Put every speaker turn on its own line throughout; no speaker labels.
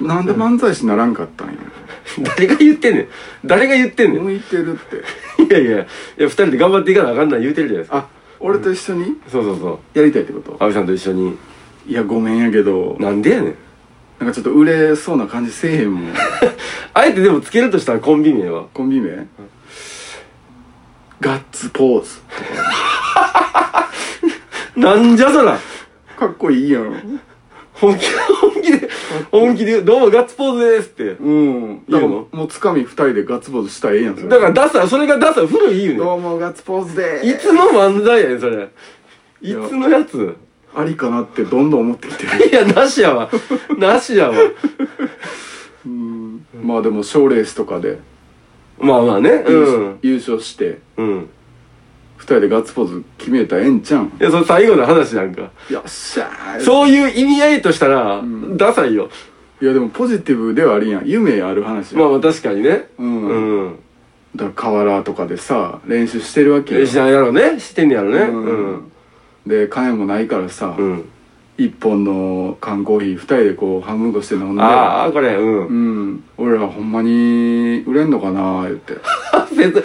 なんで漫才師ならんかったんや
誰が言ってんねん誰が言ってんねん
向いてるって
いやいやいや二人で頑張っていかなあかんなん言うてるじゃないですか
あ俺と一緒に
そうそうそう
やりたいってこと
安倍さんと一緒に
いやごめんやけど
なんでやねん
なんかちょっと売れそうな感じせえへんもん
あえてでもつけるとしたらコンビ名は
コンビ名ガッツポーズ
なんじゃそら
かっこいいやん
本気本気で本気でどうもガッツポーズですって
うんだから
いい
も
の
うつかみ二人でガッツポーズしたらええやんそれ
だからダサそれがダサ古い言うね
どうもガッツポーズで
んい
ーす
つの漫才やねんそれいつのやつ
ありかなってどんどん思ってきてる
いやなしやわなしやわ
うんまあでも賞レースとかで
まあまあね
優
う
勝
ん
優勝して
うん
二人でガッツポーズ決めたらええんちゃうん
いやそれ最後の話なんか
よっしゃー
そういう意味合いとしたら、ダサいよ。
いやでもポジティブではありやん夢ある話やん
まあまあ確かにね。
うん
うん。
だから河原とかでさ練習してるわけよ
しないやろね。してんねやろね。
う
うんん。
で金もないからさ
うん。
一本の缶コーヒー二人でこう半分こして飲んで
ああ、これ、う。
うんん俺らほんまに売れんのかなー言って
切、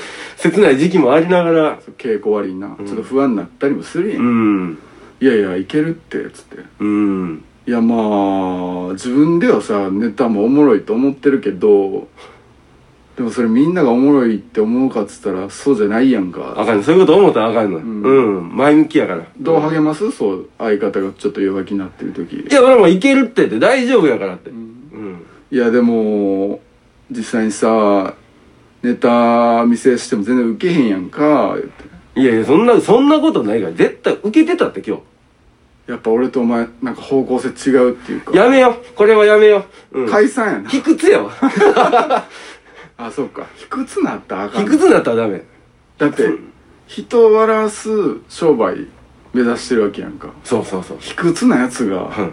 切ない時期もありながら。
稽古悪いなちょっと不安になったりもするや
うんん。
いやいやいけるってつって
うん。
いやまあ自分ではさネタもおもろいと思ってるけどでもそれみんながおもろいって思うかっつったらそうじゃないやん
あ
か
かん。そういうこと思ったらあかんの。うん。前向きやから。
どう励ますそう相方がちょっと弱気になってる時
いや、俺もいけるってって大丈夫やからって。うん。
いやでも実際にさネタ見せしても全然ウケへんやんか言って
いやいや、そんな、そんなことないから。絶対受けてたって今
やっぱ俺とお前なんか方向性違うっていうか
日。やめよう。これはやめよう。うん。
解散やな
卑屈やわ。
あそうか卑屈なったらあか
卑
ん
屈になったらダメ。
だって人を笑わす商売目指してるわけやんか
そうそうそう。
卑屈なやつが
うん。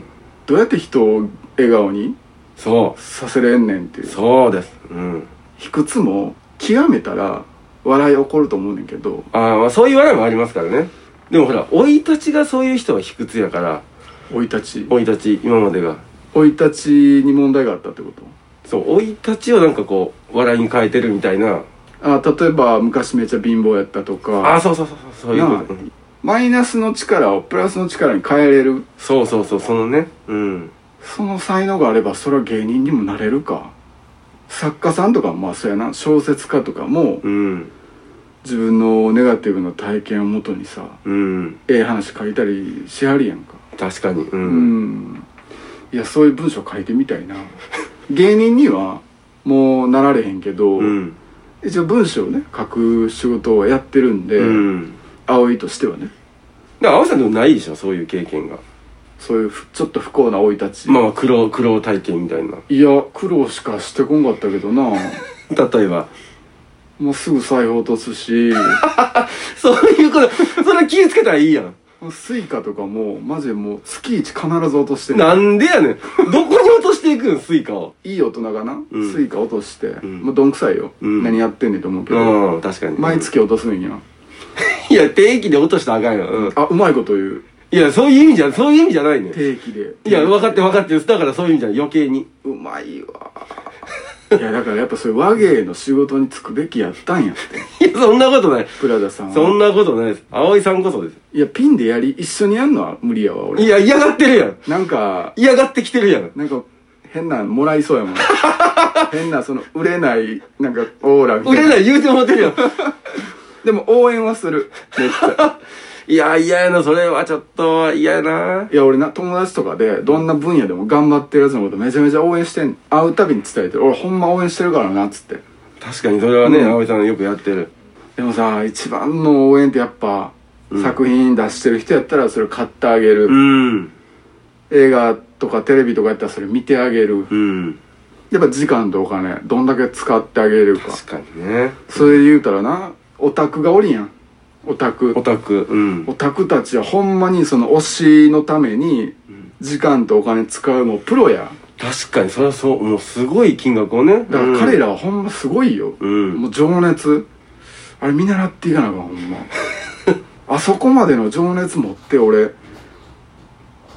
どうやって人を笑顔に
そう。
させれんねんっていう
そうです。うん。
卑屈も極めたら笑い起こると思うねんけど
あーまあ、そういう笑いもありますからね。でもほら、生い立ちがそういう人は卑屈やから、
生い立ち
生い立ち、今までが。
生い立ちに問題があったってこと
そう、生い立ちをなんかこう、笑いに変えてるみたいな。
あ例えば昔めっちゃ貧乏やったと
ああ、
か
そうそうそう、そうそういうこと。
なあ
うん
マイナスの力をプラスの力に変えれる
そうそうそう、そのね。うん。
その才能があればそれは芸人にもなれるか作家さんとかもまあそうやな小説家とかも
うん。
自分のネガティブな体験をもとにさ
うん。
ええ話書いたりしはるやんか
確かに。う。
うんんいやそういう文章書いてみたいな芸人にはもうなられへんけど、
うん。
一応文章をね書く仕事をやってるんで、
うん。
葵としてはね
だから、青木さんでもないでしょ、そういう経験が。
そういうふちょっと不幸な生い立ち、
まあまあ、苦労、苦労体験みたいな。
いや苦労しかしてこんかったけどな
例えば。
もうすぐ財布落とす し
そういうこと、それ気ぃつけたらいいやん。
もうスイカとかもマジでもう月一必ず落としてる
なんでやねん。どこに落としていくん、スイカを。
いい大人がな、
うん
スイカ落として、
ん
もうどんくさいよ、
うん
何やってんねんと思うけど、
うん、確かに。
毎月落とすんや、
いや、定期で落としたらあかんよ。うん。
あうまいこと言う
いや、そういう意味じゃ、そういう意味じゃないね。
定期で
いや、分かって分かって。だからそういう意味じゃない。余計に。
うまいわいやだからやっぱそういう和芸の仕事に就くべきやったんやって
いや、そんなことない。
プラダさんは
そんなことないです。葵さんこそです。
いやピンでやり一緒にやんのは無理やわ
い
俺
や、嫌がってるやん。
なんか
嫌がってきてるやん。
なんか変なんもらい そうやもん変なその売れないなんかオーラみたい
売
な
れない言うてもって るやん。
でも応援はするめっちゃ
いや、嫌やな。それはちょっと嫌やな。
いや俺な友達とかでどんな分野でも頑張ってるやつのことめちゃめちゃ応援してん会うたびに伝えてる俺ほんま応援してるからなっつって
確かにそれはね、
うん
葵さんよくやってる。
でもさ一番の応援ってやっぱ、作品出してる人やったらそれ買ってあげる、
うん。
映画とかテレビとかやったらそれ見てあげる、
うん。
やっぱ時間とお金どんだけ使ってあげれるか
確かにね。
それで言うたらなオタクがおりやんオタク
オタク。うん。
オタクたちはほんまにその推しのために時間とお金使うもうプロや
確かに、それはそう、もうすごい金額をね。
だから彼
ら。
らはほんますごいよ、
うん。
もう情熱あれ見習っていかなあかんほん まあそこまでの情熱持って俺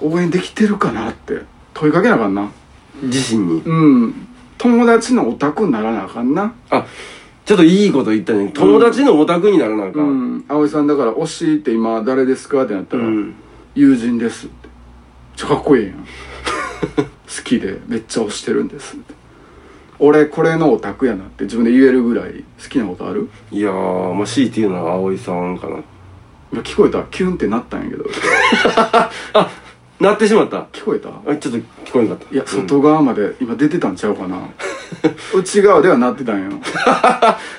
応援できてるかなって問いかけなあかんな
自身に
うん友達のオタクにならなあかんな
あちょっといいこと言ったね友達のオタクにならなんか、
うん葵さんだから「推しって今誰ですか?」ってなったら「
うん
友人です」って「ちょかっこいいやん 好きでめっちゃ推してるんです」って俺これのオタクやなって自分で言えるぐらい好きなことある
いやーまあ強いて言うのは葵さんかな
今聞こえたキュンってなったんやけど
あなってしまった
聞こえた
あちょっと聞こえなかった
いや
うん
外側まで今出てたんちゃうかな内側ではなって たんよ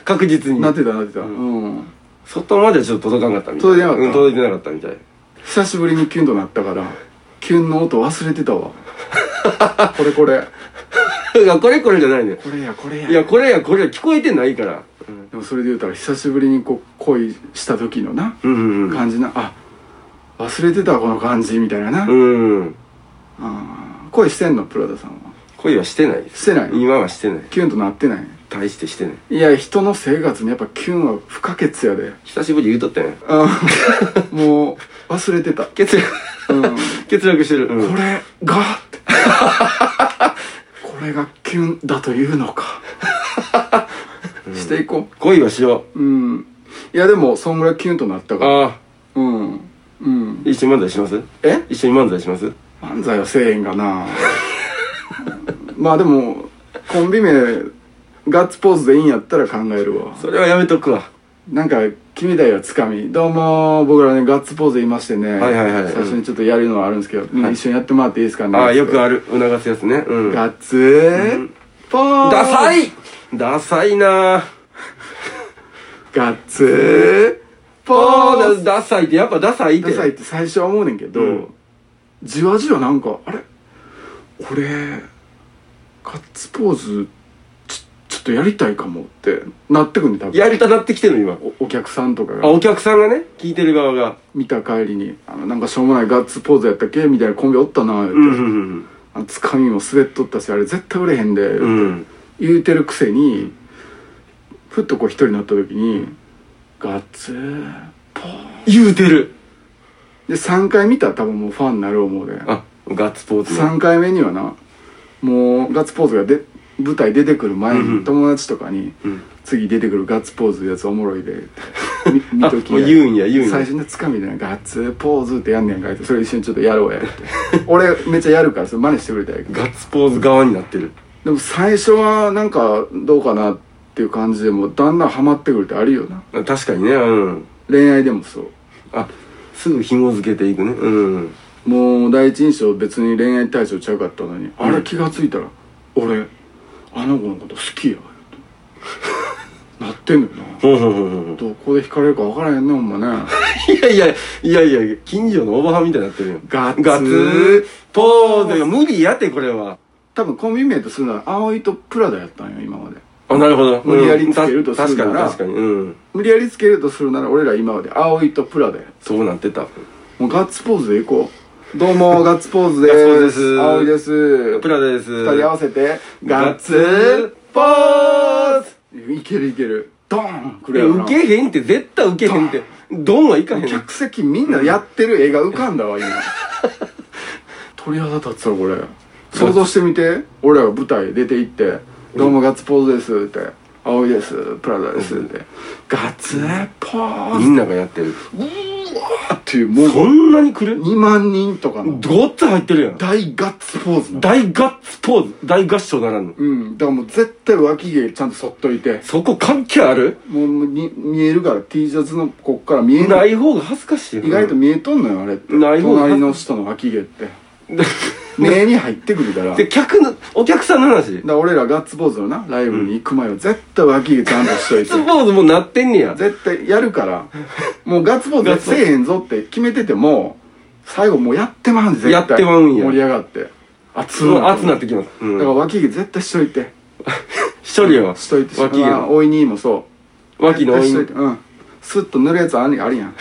確実に
なってたなってたうん
外まではちょっと届かなかったみたいなう
届
ん届いてなかったみたい
久しぶりにキュンとなったからキュンの音忘れてたわこれこれ
い やこれこれじゃないね
これやこれや
いやこれやこれや聞こえてないから
でもそれで言うたら久しぶりにこう恋した時のな
うんうんうん
感じな、あ忘れてたこの感じみたいなな、
うん
あー恋してんのプラダさんは
恋はしてないです
してない
今はしてない
キュンとなってない
大してしてない
いや人の生活にやっぱキュンは不可欠やで
久しぶり言うとったやん
あ ーもう忘れてた、
欠落
うん、こ
欠落してるうん
れがってこれがキュンだというのかしていこ
恋はしよ
ううんいやでもそんぐらいキュンとなった
う
から
ああ
うんうん
一緒に漫才します
え
一緒に漫才します
漫才はせえへんがな まあでもコンビ名ガッツポーズでいいんやったら考えるわ
それはやめとくわ
なんか君たいはつかみどうも僕らねガッツポーズ言いましてね
はいはいはい
最初にちょっとやるのはあるんですけど、
はい
一緒にやってもらっていいですかね
ああよくある促すやつねうん
ガッツポーズ
ダサいダサいなあ
ガッツポ
あ
ー
ー
ズ
ダサいってやっぱダサいって
ダサいって最初は思うねんけど、
うん
じわじわなんかあれこれガッツポーズちちょっとやりたいかもってなってくんね多分
やりたなってきてるの今
おお客さんとか
あ
が
お客さんがね聞いてる側が
見た帰りにあのなんかしょうもないガッツポーズやったっけみたいなコンビおったなって、
うんうん
あのつかみも滑っとったしあれ絶対売れへんで、
うんうん
言うてるくせにふっとこう一人になった時にガッツポー
言うてる
ズで3回見たら多分もうファンになる思うで
あガッツポーズの
3回目にはなもうガッツポーズがで舞台出てくる前
うんう
に
ん
友達とかに
うん
「次出てくるガッツポーズやつおもろい で」み見
あ
とき
もう言うんや言うんや
最初のつかみでな「ガッツポーズ」ってやんねんかいってそれ一緒にちょっとやろ うやって俺めっちゃやるからそれ真似してくれたらいいけど
ガッツポーズ側になってる
でも最初はなんかどうかなっていう感じでもうだんだんハマってくるってあるよな
あ確かにねうん
恋愛でもそう
あすぐ紐付けていくねうん
もう第一印象別に恋愛対象ちゃうかったのに、あれ気がついたら俺あの子のこと好きやなってんのよな
ほんほんほんほん
どこで惹かれるか分からへんねほんまね
いやいやいやいや近所のおばはんみたいになってるやん
ガッツ
ガッツポーズ無理やってこれは
多分コンビ名とするなら葵とプラダやったんよ今まで
あなるほど
無理やりつけるとするなら
うんた確かに確かにうん
無理やりつけるとするなら俺ら今まで葵とプラダや
そうなってた
もうガッツポーズでいこうどう もガッツポーズで
ガッツポーズ
ー
ですす
葵です
プラダです
二人合わせてガッツポーズいけるいけるドーンくれよな
受けへんって絶対受けへんってドンはいかへん
客席みんなやってる絵が浮かんだ わ今鳥肌立つわこれ想像してみて俺らが舞台出て行って「どうもガッツポーズです」って「青いですプラダです」って「ガッツポー
み
ズ
んながやってる」
っていうも
そ
うん
なに来る
2万人とかの
ごっつ入ってるやん
大ガッツポーズな
大ガッツポーズ大合唱ならぬ
うんだからもう絶対脇毛ちゃんとそっといて
そこ関係ある
もうに見えるから T シャツのこっから見えな
ないい方が恥ずかしいよ
意外と見えとんのよあれって
ない方が
隣の人の脇毛って
で
目に入ってくるから
で客のお客さんの話
だから俺らガッツポーズのなライブに行く前は絶対脇毛ちゃんとしとい
ガッ
て
ツポーズもうなってんねや
絶対やるからもうガッツポーズせえへんぞって決めてても最後もうやってまうんで絶対
やってまうんや
盛り上がって熱
もう熱な
な
ってきますうん
だから脇毛絶対しといて
しとるよ
しといて
脇毛
まあおいにもそう
脇の
絶対
おい
しといてうんスッと塗るやつあるある やん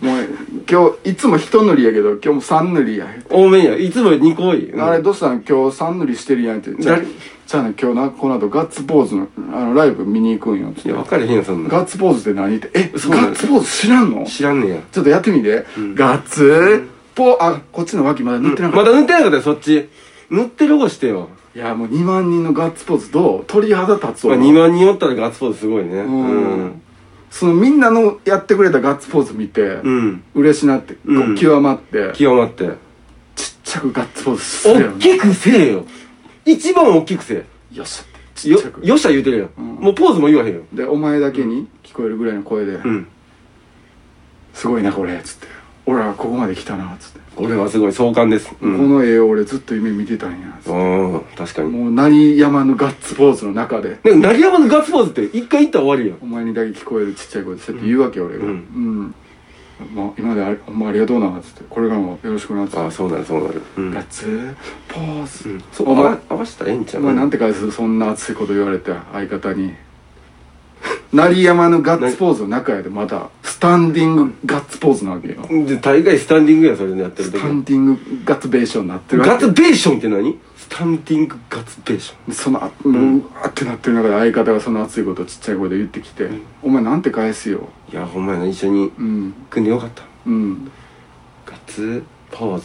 もう今日いつも一塗りやけど今日も三塗りや
多めやいつも2個多いうん
あれどうしたん今日三塗りしてるやんってじゃあ
誰
じゃあね今日なこの後ガッツポーズのあのライブ見に行くんよって
いや分かれへんやんそんな
ガッツポーズって何ってえガ
そうなの
ッツポーズ知らんのち
知らんねや
ょっとやってみて、ガッツポーあこっちの脇まだ塗ってなか
ま
っ
だ塗ってなかったよそっち塗ってる方してよ。
いやもう2万人のガッツポーズと鳥肌立つ
まあ、
わ
2万人おったらガッツポーズすごいね。う
うん
ん。
そのみんなのやってくれたガッツポーズ見て、
うん。
嬉しなって、こう
うん
極まってちっ
極まって。
ちゃくガッツポーズするよ
大
ね
きくせえよ。一番大きくせ
よっしゃって
え。
ちっ
よ
ちゃ、く
よっしゃ言うてるやん。
うん
もうポーズも言わへんよ。
でお前だけに聞こえるぐらいの声で
うん。
「すごいなこれ」っつって「俺はここまで来たな」っつって、
これはすごい壮観です。う
こ
ん。
の絵を俺ずっと夢見てたんやっつって
うん、確かに。
もう何山のガッツポーズの中で
なんか、成山のガッツポーズって一回言ったら終わりよ。
お前にだけ聞こえるちっちゃい声でそうやって言うわけよ俺が
う
うんんまあ今までありほんまありがとうなっつってこれからもよろしくなっつって
ああ、そうなる、そうなる。うん。
ガッツポーズ、
うんそう
お
合
前
わ合わせたらええんちゃ
お
う
前なんて返すそんな熱いこと言われて相方に 成山のガッツポーズの中やでまだスタンディングガッツポーズなわけよ
で大概スタンディングやそれでやってる
ス
時
タンディングガッツベーションになってるわ
ガ
け
ツベーションって何スタンディングガツベーション
そのあもううわってなってる中で相方がその熱いことをちっちゃい声で言ってきて「お前なんて返すよ
いやほんまやな一緒に」
うん
組んでよかった
うん
ガツポーズ